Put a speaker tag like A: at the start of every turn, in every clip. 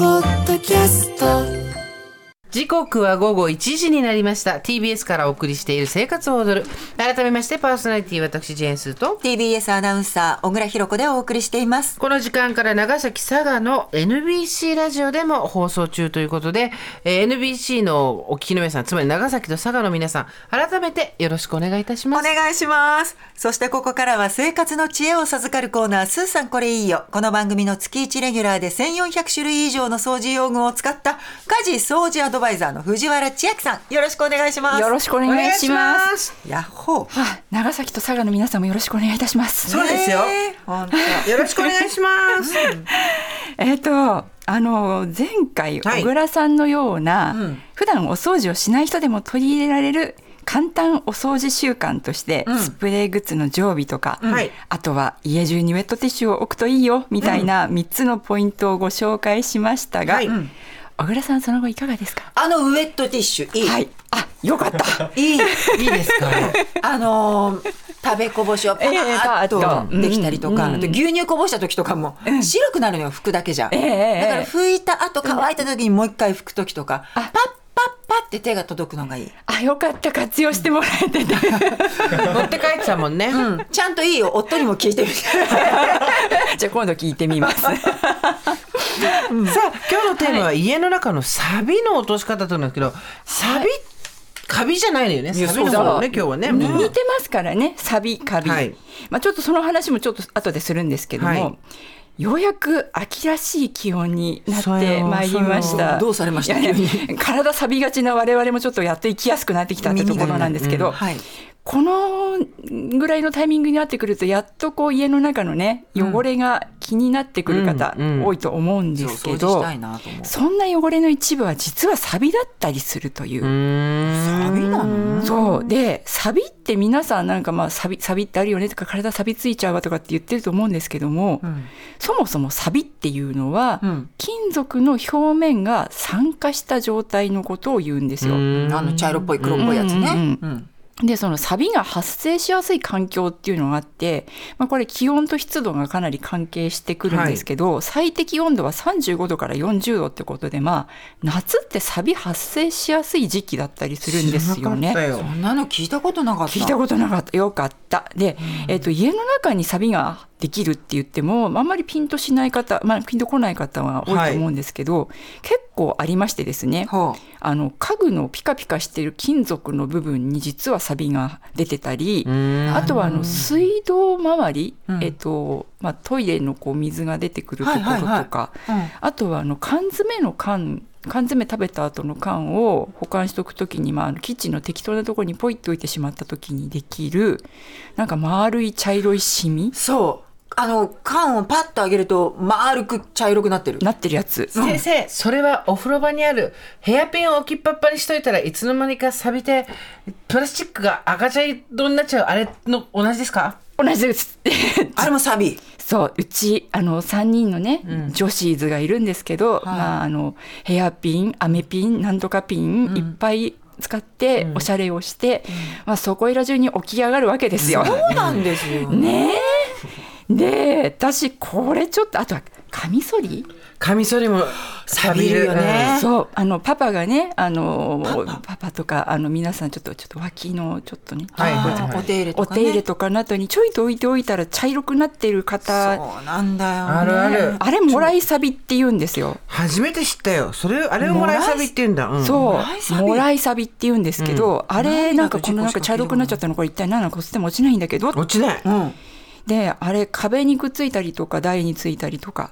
A: キャスト
B: 時刻は午後1時になりました TBS からお送りしている「生活を踊る」改めましてパーソナリティ私ジェーンスーと
C: TBS アナウンサー小倉弘子でお送りしています
B: この時間から長崎佐賀の NBC ラジオでも放送中ということで、えー NBC のお聞きの皆さんつまり長崎と佐賀の皆さん改めてよろしくお願いいたし
C: お
B: ます。
C: 願いしますそしてここからは生活の知恵を授かるコーナースーさんこれいいよこの番組の月1レギュラーで1400種類以上の掃除用具を使った家事掃除アドバイザーの藤原千秋さんよろしくお願いします
D: よろしくお願いします。
B: す。
C: ヤッホー
D: はい長崎と佐賀の皆さんもよろしくお願いいたします。
B: そうですよ
C: ねえ本当
B: よろしくお願いします。
D: えっ、と、あの前回
B: はい
D: 小倉さんのような、
C: うん
D: 普段お掃除をしない人でも取り入れられる。簡単お掃除習慣として、
C: ん
D: スプレーグッズの常備とか、
B: はい
D: あとは家中にウェットティッシュを置くといいよみたいな3つのポイントをご紹介しましたが、
B: はい
D: うん小倉さんその後いかがですか、
C: あのウェットティッシュいい、
D: はい、あよかった
C: いい
B: いいですか。
C: あのー食べこぼしをパ
D: ええパ
C: ー
D: ー
C: ッ
D: ッ
C: と
D: と
C: できたりとか、
D: うん
C: あと牛乳こぼした時とかも白くなるのよ服だけじゃ、
D: ええええ
C: だから拭いた後乾いた時にもう一回拭く時とかパッ
D: あ
C: パッパって手が届くのがいい、
D: あよかった活用してもら えて て
B: 持って帰ってたもんね。
C: ちゃんといいよ夫にも聞いて みて
D: じゃあ今度聞いてみます。
B: さあ今日のテーマは家の中のサビの落とし方というんですけど、サビカビじゃないのよね。サビの方だね今日はね。
D: に
B: うん
D: 似てますからねサビカビ、
B: はい
D: まあ、ちょっとその話もちょっと後でするんですけども、
B: はい
D: ようやく秋らしい気温になっ
B: そう
D: て
B: よ
D: まいりまし
C: そうよ
D: た
C: どうされました
D: いやいや体サビがちな我々もちょっとやっていきやすくなってきたってところなんですけど、
C: はい
D: このぐらいのタイミングになってくるとやっとこう家の中のね汚れが気になってくる方、
B: うんうん
D: 多いと思うんです
C: そう
D: け
C: 掃除し
D: ど
C: たいなと思う
D: そんな汚れの一部は実はサビだったりするという
B: うーん
C: サビなの
D: そうでサビって皆さんなんかまあサビサビってあるよねとか体サビついちゃうわとかって言ってると思うんですけども、
C: ん
D: そもそもサビっていうのは、
C: うん
D: 金属の表面が酸化した状態のことを言うんですよ。
C: あの茶色っぽい黒っぽいやつね、
D: うん
C: うん
D: でそのサビが発生しやすい環境っていうのがあって、まあ、これ気温と湿度がかなり関係してくるんですけど、最適温度は35度から40度ってことでまあ夏ってサビ発生しやすい時期だったりするんですよね。
B: 知らなかったよ
C: そんなの聞いたことなかった
D: 聞いたことなかったよかったで、えっと家の中にサビができるって言ってもあんまりピンとしない方、まあ、ピンとこない方は多いと思うんですけど、結構ありましてですね
C: ほ
D: あの家具のピカピカしてる金属の部分に実はサビが出てたり
B: う、ーん
D: あとはあの水道周り、
C: うん
D: えっとまあ、トイレのこう水が出てくるところとか、
C: はいはいはう、うん
D: あとはあの缶詰の缶缶詰食べた後の缶を保管しておくときに、まああの、キッチンの適当なところにポイっと置いてしまったときにできるなんか丸い茶色いシミ
C: そうあの缶をパッと上げると丸く茶色くなってる
D: なってるやつ
B: 先生それはお風呂場にあるヘアピンを置きっぱっぱにしといたらいつの間にか錆びてプラスチックが赤茶色になっちゃうあれの同じですか
D: 同じです
C: あれもサビ
D: そううちあの3人のね、女子ーズがいるんですけど、まあ、あのヘアピンアメピンなんとかピン、いっぱい使っておしゃれをして、まあ、そこいら中に起き上がるわけですよ。
C: そうなんですよ、
D: ねえ。で、私、これちょっと、あとは、カミソリ、
B: カミソリも
C: 錆びるよね
D: そう、あの、パパがね、あの、パパとか、あの、皆さん、ちょっと、ちょっと脇の、ちょっとね、
B: はいはい
C: あーお手入れと
D: お
C: か、
D: 手
C: ね、
D: 入れとかなどにちょいと置いておいたら茶色くなっている方、
C: そうなんだよ、ね、
B: あるある
D: あれ、もらいサビって言うんですよ。
B: 初めて知ったよそれあれをもらい錆びって言うんだ、うん、
D: そう
C: もらいサビ
D: もらいサビって言うんですけど、あれなんかこのなんか茶色くなっちゃったのこれ一体何なのかすっても落ちないんだけど
B: 落ちない、
C: うん
D: であれ壁にくっついたりとか台についたりとか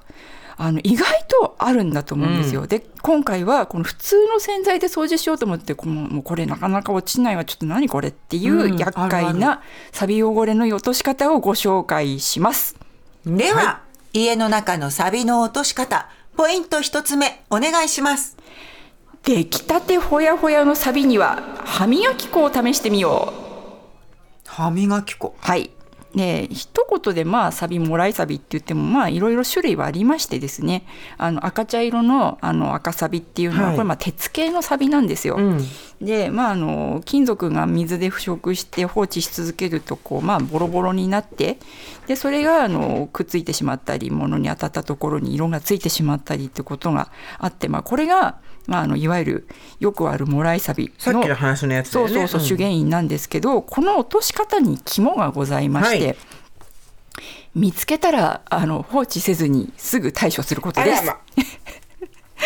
D: あの意外とあるんだと思うんですよ、で今回はこの普通の洗剤で掃除しようと思ってこのもうこれなかなか落ちないわちょっと何これってい
C: うん
D: う厄
C: あ
D: 介
C: るあ
D: なサビ汚れの落とし方をご紹介します
C: では、家の中のサビの落とし方ポイント一つ目お願いします
D: 出来たてほやほやのサビには歯磨き粉を試してみよう
C: 歯磨き粉
D: はいで一言でまあサビもらいサビって言ってもまあいろいろ種類はありましてですねあの赤茶色のあの赤サビっていうのは
B: はい
D: これまあ鉄系のサビなんですよ。
B: うん
D: で、まあ、あの金属が水で腐食して放置し続けるとこう、まあ、ボロボロになってでそれがあのくっついてしまったり物に当たったところに色がついてしまったりってことがあって、まあ、これが、まあ、あのいわゆるよくあるもらいサビ
B: さっ
D: の
B: きの話のやつだ
D: そ
B: よ
D: う
B: ね
D: そうそう、主元因なんですけど、この落とし方に肝がございまして、
B: はい
D: 見つけたらあの放置せずにすぐ対処すること
B: あ
D: で
B: ら
D: す。
B: ま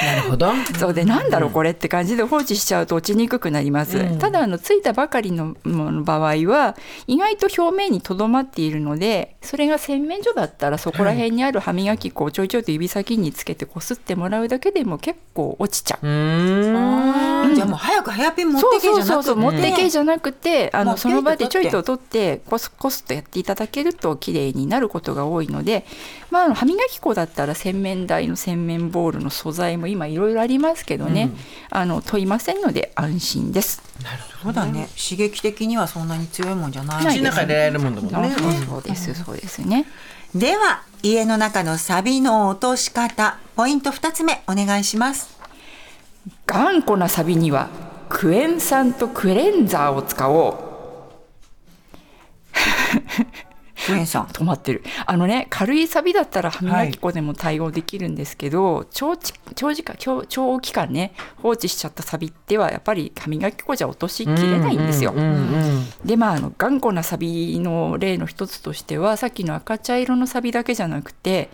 B: なるほど
D: そうでなんだろうこれって感じで放置しちゃうと落ちにくくなります、
B: うん
D: ただあのついたばかりのもの場合は意外と表面にとどまっているのでそれが洗面所だったらそこら辺にある歯磨き粉をちょいちょいと指先につけてこすってもらうだけでも結構落ちちゃう
B: う。ーん
C: じゃあもう早くヘアピン持っ
D: そう
C: てけじゃ
D: そ
C: なくて
D: うそうそう持ってけじゃなくて、あ
C: 持
D: の
C: って
D: その場でちょいと取ってコスコスとやっていただけると綺麗になることが多いので、まあ、あの歯磨き粉だったら洗面台の洗面ボールの素材も今いろいろありますけどね、あの問いませんので安心です。
C: そうだね刺激的にはそんなに強いもんじゃない
D: ない
B: 口の中でやれるもんだもん
D: あ
B: ね
D: そうそうですそうですね。
C: では家の中のサビの落とし方ポイント2つ目お願いします
D: 頑固なサビにはクエン酸とクレンザーを使おう。
C: グエンさん
D: 止まってるあのね軽いサビだったら歯磨き粉でも対応できるんですけど、長ち長時間長長期間ね放置しちゃったサビってはやっぱり歯磨き粉じゃ落としきれないんですよ。
B: うんうんうん
D: でまああの頑固なサビの例の一つとしてはさっきの赤茶色のサビだけじゃなくて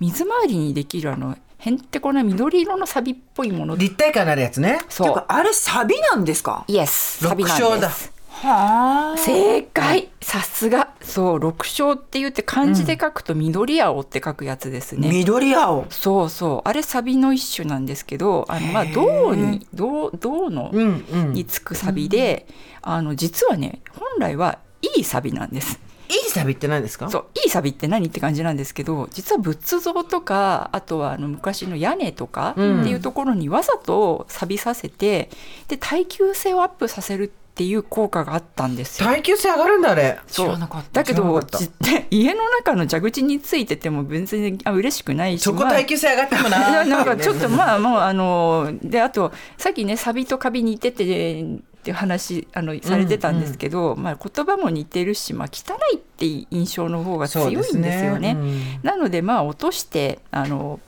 D: 水回りにできるあのへんてこな緑色のサビっぽいもの
B: 立体感のあるやつね
C: て
D: そう
C: かあれサビなんですか
D: イエス
B: 六
D: サビなん
B: 章
D: で
B: だ
D: す。
C: は
D: 正解さすがそう六章って言って漢字で書くと緑青って書くやつですね。
C: 緑青
D: そうそうあれサビの一種なんですけどあのまあ銅に銅銅の
B: うんうん
D: に
B: い
D: つくサビで、あの実はね本来はいいサビなんです
B: いサビって何ですか
D: そういいサビって何って感じなんですけど実は仏像とかあとはあの昔の屋根とかって
B: うん
D: いうところにわざとサビさせてで耐久性をアップさせるっていう効果があったんですよ。
B: 耐久性上がるんだあれ
D: そう
C: 知らなかった
D: だけ
B: 知ら
D: ど
B: なかった
D: じ家の中の蛇口についてても全然あ嬉しくないし
B: そこ
D: まあ
B: 耐久性上がっても
D: い
B: な
D: やなんかちょっと
B: うん
D: まあもうあのであとさっきねサビとカビ似ててって話あのされてたんですけど、まあ、言葉も似てるし、まあ、汚いっていう印象の方が強いんですよね。
B: うん
D: なのでまあ落としてあの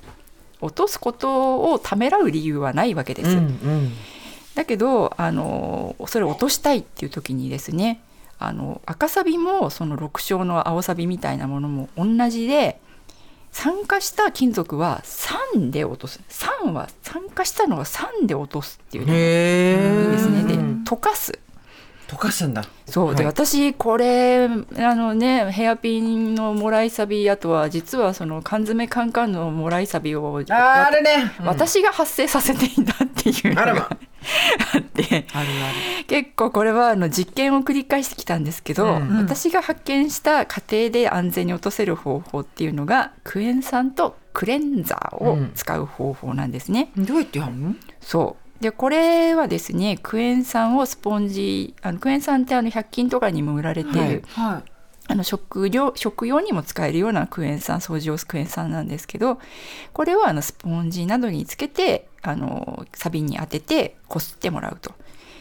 D: 落とすことをためらう理由はないわけです。
B: うんうん
D: だけどあのそれを落としたいっていう時にですねあの赤サビもその6章の青サビみたいなものも同じで酸化した金属は酸で落とす酸は酸化したのは酸で落とすっていうのがいい
B: へえ
D: ですねで
B: うん
D: 溶かす
B: 溶かすんだ
D: そうで、
B: はい
D: 私これあのねヘアピンのもらいサビあとは実はその缶詰カンカンのもらいサビを
B: あーあれねうん
D: 私が発生させていたっていうの
B: あら
D: が
B: ま
D: あって
C: あるある
D: 結構これはあの実験を繰り返してきたんですけど、
B: うん
D: 私が発見した家庭で安全に落とせる方法っていうのがクエン酸とクレンザーを使う方法なんですね。
C: どうやってやるの
D: そうでこれはですねクエン酸をスポンジあのクエン酸ってあの100均とかにも売られている、
B: はい
C: は
D: あの食料食用にも使えるようなクエン酸掃除用クエン酸なんですけどこれはあのスポンジなどにつけてあのサビに当ててこすってもらうと。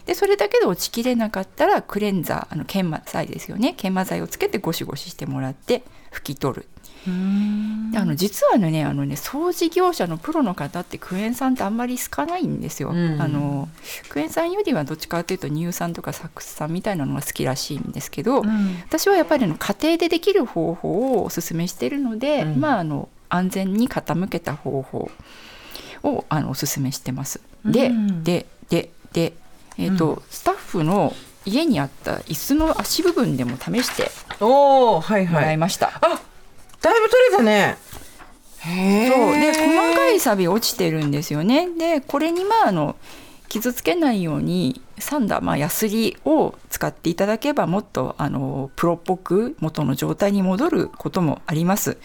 D: でそれだけで落ちきれなかったらクレンザーあの研磨剤ですよね研磨剤をつけてゴシゴシしてもらって拭き取る。
C: いうん
D: であの実はねあのね掃除業者のプロの方ってクエン酸ってあんまり好かないんですよ。
B: うん
D: あのクエン酸よりはどっちかというと乳酸とか酢酸みたいなのが好きらしいんですけど。私はやっぱりあの家庭でできる方法をおすすめしているので、
B: うん
D: まあ、あの安全に傾けた方法をあのおすすめしてます。で、
C: うん
D: ででで、えーとスタッフの家にあった椅子の足部分でも試して
B: おおはい
D: も
B: は
D: らい
B: い
D: ました。
B: あだいぶ取れたね
C: へえ
D: そうで細かいサビ落ちてるんですよね。でこれにまああの傷つけないようにサンダー、まあ、ヤスリを使っていただけばもっとあのプロっぽく元の状態に戻ることもあります。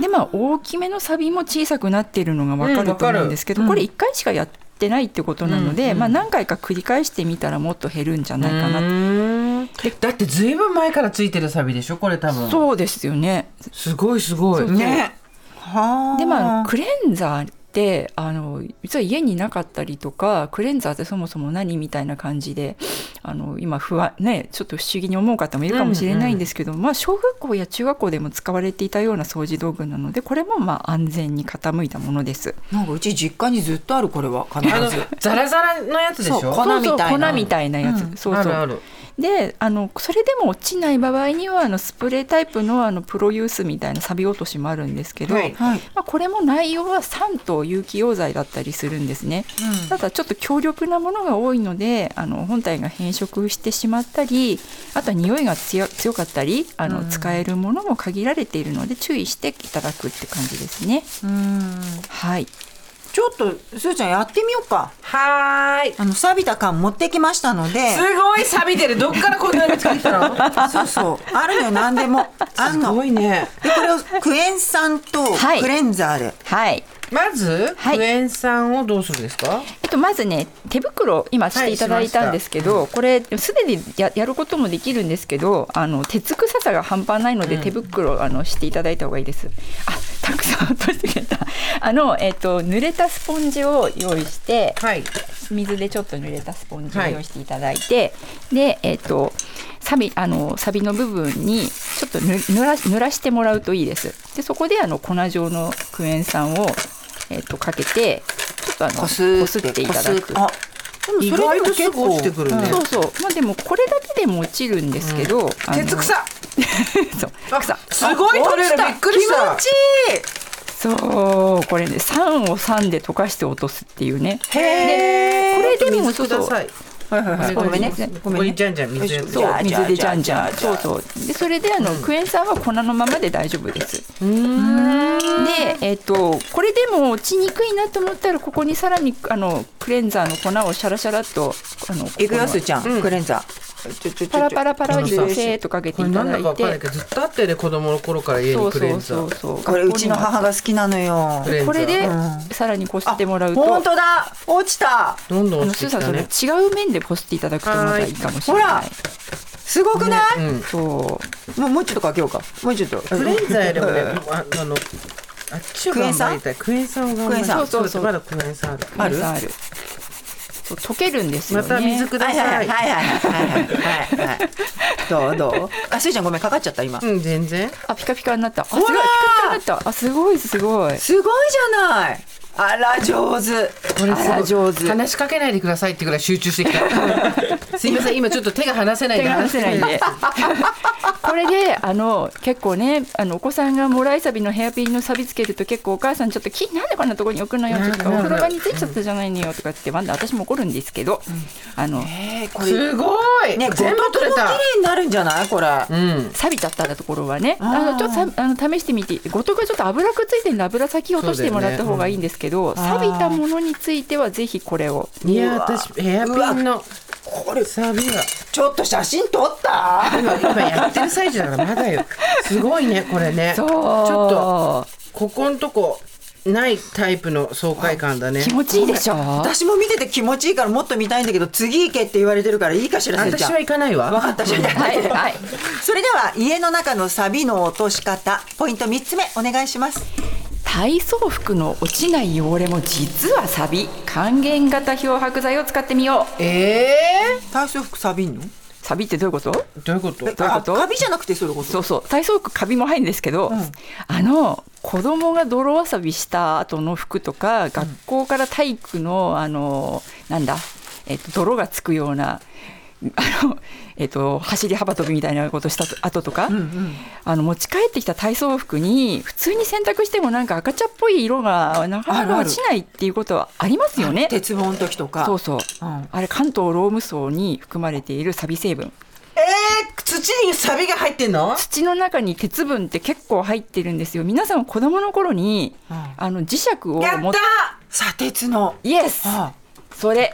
D: でまあ大きめのサビも小さくなっているのが
B: う
D: 分か
B: んわ
D: ると
B: かる
D: 思うんですけど、
B: うん
D: これ1回しかやってないってことなので、
B: うんうん
D: まあ、何回か繰り返してみたらもっと減るんじゃないかな
B: うーんえだってずいぶん前からついてるサビでしょこれ多分
D: そうですよね。
B: すごいすごい
D: そう
C: ねはあ
D: でまあクレンザーってあの実は家になかったりとかクレンザーってそもそも何みたいな感じであの今不安ねちょっと不思議に思う方もいるかもしれないんですけど、まあ、小学校や中学校でも使われていたような掃除道具なのでこれもまあ安全に傾いたものです。
C: なんかうち実家にずっとあるこれは必
B: あの
C: ず
B: ザラザラのやつでしょ
C: そう粉みたいな
D: そうそう粉みたいなやつ、
C: うん
D: そうそう
B: あるある
D: であのそれでも落ちない場合にはあのスプレータイプのあのプロユースみたいなサビ落としもあるんですけど、
B: はい
C: はい
D: まあ、これも内容は酸と有機溶剤だったりするんですね。ただちょっと強力なものが多いのであの本体が変色してしまったりあとは匂いが強強かったりあの、使えるものも限られているので注意していただくって感じですね。
C: うん
D: はい、
C: ちょっとすーちゃんやってみようか
B: はーい
C: あの錆びた缶持ってきましたのです
B: ごい錆びてるどっからこんなの作った の
C: そうそうあるのよ何でもあん
B: す
C: の
B: ごいね
C: でこれをクエン酸と
D: はい
C: クレンザーで、
D: はい
B: まず、
D: はい
B: クエン酸をどうするんですか
D: えっと、まずね手袋今していただいたんですけど、これすでにややることもできるんですけどあの鉄臭さが半端ないので、手袋あのしていただいた方がいいです。あたくさん落としてくれたあの、えっと、濡れたスポンジを用意して
B: はい
D: 水でちょっと濡れたスポンジを
B: はい
D: 用意していただいて、で、えっとサビあのサビの部分にちょっとぬ濡ら濡らしてもらうといいです。でそこであの粉状のクエン酸を、えっと、かけてちょっとあの
C: こす
D: こすっていただく。
C: あでもそれ
B: 意
C: で
B: 外とす
C: も結
B: ぐ
C: 構
B: 落ちてくるね、
D: そうそう、まあ、でもこれだけでも落ちるんですけど、あの
B: 鉄臭っ
D: そう
B: あ
D: 草
B: すごい取れるびっくりした
C: 気持ちいい
D: そうこれね酸を酸で溶かして落とすっていうね
B: へ
D: でこれでも
B: ちょっと水ください
C: はいはいはい
D: ご
C: ご
D: め
C: め
D: ん
C: ん
D: ね
C: ね
B: ご
C: ご
B: め
C: め
B: んね
C: んね
B: じゃんじゃん水やつ
D: そう
C: じゃ
D: 水
C: あ
D: でじゃんじゃ
C: じ
D: ん
C: ゃ
D: そ
C: あ
D: うそうでそれであの、クエン酸は粉のままで大丈夫ですでえっ、とこれでも落ちにくいなと思ったらここにさらにあのクレンザーの粉をシャラシャラっとあのここ
C: いくよ
D: の
C: すーちゃん、
B: うん
C: クレンザーちょちょちょちょ
D: パラパラパラ
B: この
D: に
B: さ
D: ドセーっとかけ
B: こ
D: て
B: れ
D: いた
B: 何
D: だ
B: だか分
D: い
B: かんない
D: て
B: けどずっとあったよね子供の頃から家
D: そ
B: に
D: う
B: クレ
D: そ
B: ン
D: う
B: ザ
D: そ
B: ー
D: うそう
C: これうちの
D: 学校にも
C: 母が好きなのよ
B: クレンザー
D: これで
C: うん
D: さらにこすってもらうと、
C: 本当だ落ちた
B: どんどん
D: あの
B: 落ち
D: ス
B: てき
D: ーさん
B: た
D: それ
B: ね
D: 違う面でこすっていただくとまたいいかもしれ
C: は
D: ない
C: い。すごくない、
B: うん
D: そう
C: もうもうちょっとかけようかもうちょっと
B: クレンザーよりもね
C: うん
B: ああのあっちを頑張りたいクエン酸を頑張りたい
C: クエン酸
B: そう
D: そうそう
B: まだクエン酸ある
C: ある
D: 水ある。そう溶けるんですよ
B: ま
D: ね。
B: た水くだ
C: はいは
B: さ
C: い
B: い
C: はいはいはいはいはいどうどうあすーちゃんごめんかかっちゃった今
B: うん全然
D: あピカピカになった。あすごいピ
C: ほら
D: カピカになった。あすごいすごい。
C: すごいじゃないあら上手
B: これすごい
C: あら上手
B: 話しかけないでくださいってぐらい集中してきたすいません今ちょっと手が離せない
D: 手が離せないんで。 これであの結構ねあのお子さんがもらいサビのヘアピンのサビつけると結構お母さんちょっと木なんでこんなところに置くのよとか
B: うん
D: お風呂場についちゃったじゃないのよとかってまだ私も怒るんですけど、あの
C: えー、これ
B: すごい
C: ね、全
B: 全
C: 部
B: 部
C: 取
B: 取
C: れ
B: れ
C: た。
B: た
C: 綺麗になるんじゃないこれ。
B: うん
D: 錆びちゃったところはね
C: あー
D: あのちょっとさあの試してみてごとがちょっと油くっついてるんで油先落としてもらった方がいいんですけ
C: そ
D: ど、
C: うだよね
D: 錆
C: うん
D: びたものについてはぜひこれを
B: いや
C: うわ
B: 私ヘアピンの
C: これ、
B: サビが
C: ちょっと写真撮った
B: 今今やってる最中だからまだよすごいねこれね
D: そう
B: ちょっとここんとこないタイプの爽快感だね
D: 気持ちいいでしょ
C: 私も見てて気持ちいいからもっと見たいんだけど、次行けって言われてるからいいかしら、せいちゃ
B: 私
C: ん。
B: は行かないわ
C: 分かった、じゃあ
D: はいはい
C: それでは、家の中のサビの落とし方、ポイント3つ目、お願いします。
D: 体操服の落ちない汚れも実はサビ還元型漂白剤を使ってみよう
B: ええ
C: 体操服サビんの
D: サビってどういうこと
B: ー、どういうこと
C: え
D: どういうこと
C: あカビじゃなくて、そういうこ
D: そ
C: と。
D: うそう体操服カビも入るんですけど、あの子供が泥遊びした後の服とか学校から体育のあのなんだ、えっと、泥がつくようなあの、えっと、走り幅跳びみたいなことした後とか、あの持ち帰ってきた体操服に普通に洗濯してもなんか赤茶っぽい色がなか
C: あ
D: な
C: る
D: か
C: ある
D: 落ちないっていうことはありますよね。
C: 鉄棒の時とか。
D: そうそう、
C: うん
D: あれ関東ローム層に含まれているサビ成分
B: えー、土にサビが入ってんの
D: 土の中に鉄分って結構入ってるんですよ皆さん子供の頃に、
C: うん
D: あの磁石を
B: やった
D: 持って
C: 砂鉄の。
D: イエス
C: あ
D: それ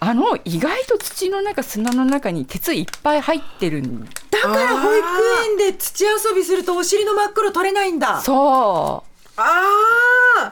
D: あの意外と土の中砂の中に鉄いっぱい入ってるん
C: だから保育園で土遊びするとお尻の真っ黒取れないんだ。
D: そ
B: あ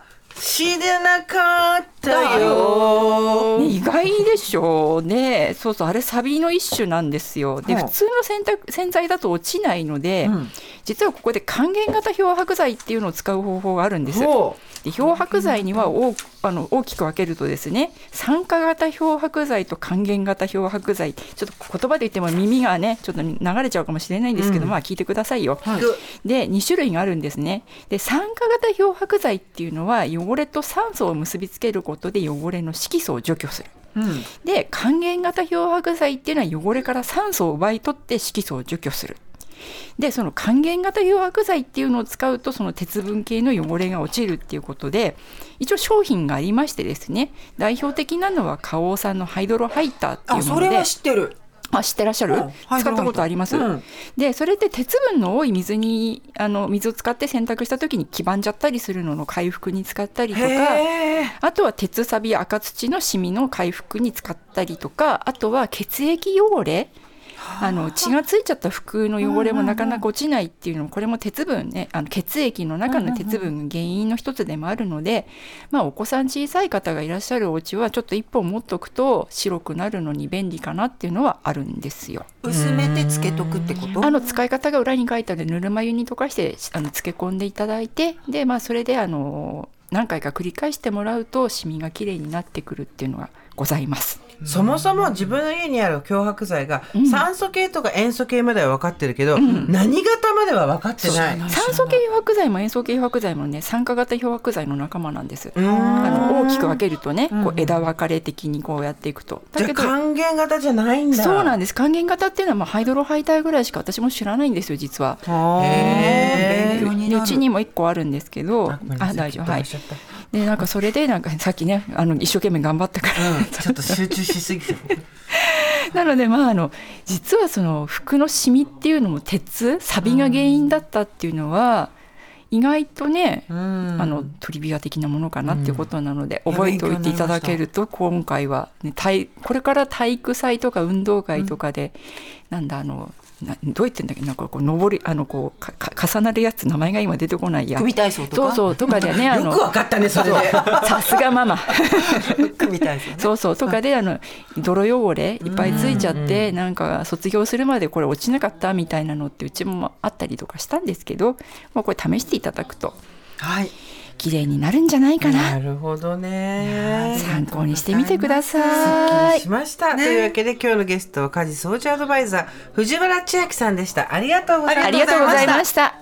B: ー知れなかったよ
D: ね
B: ー
D: 意外いでしょうね。そうそう、あれサビの一種なんですよ。で、
C: ほう
D: 普通の洗濯洗剤だと落ちないので、
C: うん
D: 実はここで還元型漂白剤っていうのを使う方法があるんです。
B: ほ
D: で漂白剤には大あの大きく分けるとですね酸化型漂白剤と還元型漂白剤ちょっと言葉で言っても耳がねちょっと流れちゃうかもしれないんですけど、
B: うん
D: まあ聞いてくださいよ。
B: うはい
D: で2種類があるんですねで酸化型漂白剤っていうのは汚れと酸素を結びつけることで汚れの色素を除去する。
C: うん
D: で還元型漂白剤っていうのは汚れから酸素を奪い取って色素を除去する。でその還元型漂白剤っていうのを使うとその鉄分系の汚れが落ちるっていうことで一応商品がありましてですね代表的なのは花王さんのハイドロハイターってい
C: あ
D: うも
C: そ
D: の
C: れ
D: で
C: は知ってる
D: あ知ってらっしゃる、
C: うんハ
D: 使
C: イドロハイター
D: ったことあります、
C: うん
D: でそれって鉄分の多い水にあの水を使って洗濯した時に黄ばんじゃったりするのの回復に使ったりとか
C: へえ
D: あとは鉄サビ赤土のシミの回復に使ったりとかあとは血液汚れあの血がついちゃった服の汚れもなかなか落ちないっていうのもこれも鉄分ねあの血液の中の鉄分が原因の一つでもあるので、まあ、お子さん小さい方がいらっしゃるお家はちょっと一本持っとくと白くなるのに便利かなっていうのはあるんですよ。
C: 薄めてつけとくってこと
D: あの使い方が裏に書いてあるぬるま湯に溶かしてあの漬け込んでいただいてで、まあ、それであの何回か繰り返してもらうとシミがきれいになってくるっていうのがございます。
B: そもそも自分の家にある漂白剤が
D: うん
B: 酸素系とか塩素系までは分かってるけど、
D: ん
B: 何型までは分かってない。
D: 酸素系漂白剤も塩素系漂白剤もね酸化型漂白剤の仲間なんです。
B: うーん
D: あの大きく分けるとねこう枝分かれ的にこうやっていくと。
B: じゃあ還元型じゃないんだ。
D: そうなんんです還元型っていうのはまあハイドロハイターぐらいしか私も知らないんですよ実は。
C: へ
B: へ
C: ー勉強になる
D: うちにも1個あるんですけど
B: ー。ごめんな
D: あ
B: さ
D: 大丈夫はい
B: ちょっと
D: でなんかそれでなんかさっきねあの一生懸命頑張ったから、
B: うんちょっと集中しすぎて。
D: なのでまああの実はその服のシミっていうのも鉄サビが原因だったっていうのは意外とね、あのトリビア的なものかなっていうことなので、
C: ん
D: 覚えておいていただけると今回は、ね、体これから体育祭とか運動会とかで、なんだあのなどう言ってんだっけなんかこう登りあのこうかか重なるやつ名前が今出てこないや
C: 組体操とか
D: そうそうとかでねあ
B: よ
D: の
B: く分かったねそれで。
D: さすがママ
C: 組体操ね
D: そうそうとかであの泥汚れいっぱいついちゃってなんか卒業するまでこれ落ちなかったみたいなのってうちもあったりとかしたんですけど、まあ、これ試していただくと
C: はい
D: 綺麗になるんじゃないかな
B: なるほどね。
D: 参考にしてみてくだ
B: は
D: さ
B: い
D: い
B: し。ました、というわけで今日のゲストは家事掃除アドバイザー藤原千秋さんでしたありがとうございました
D: ありがとうございました。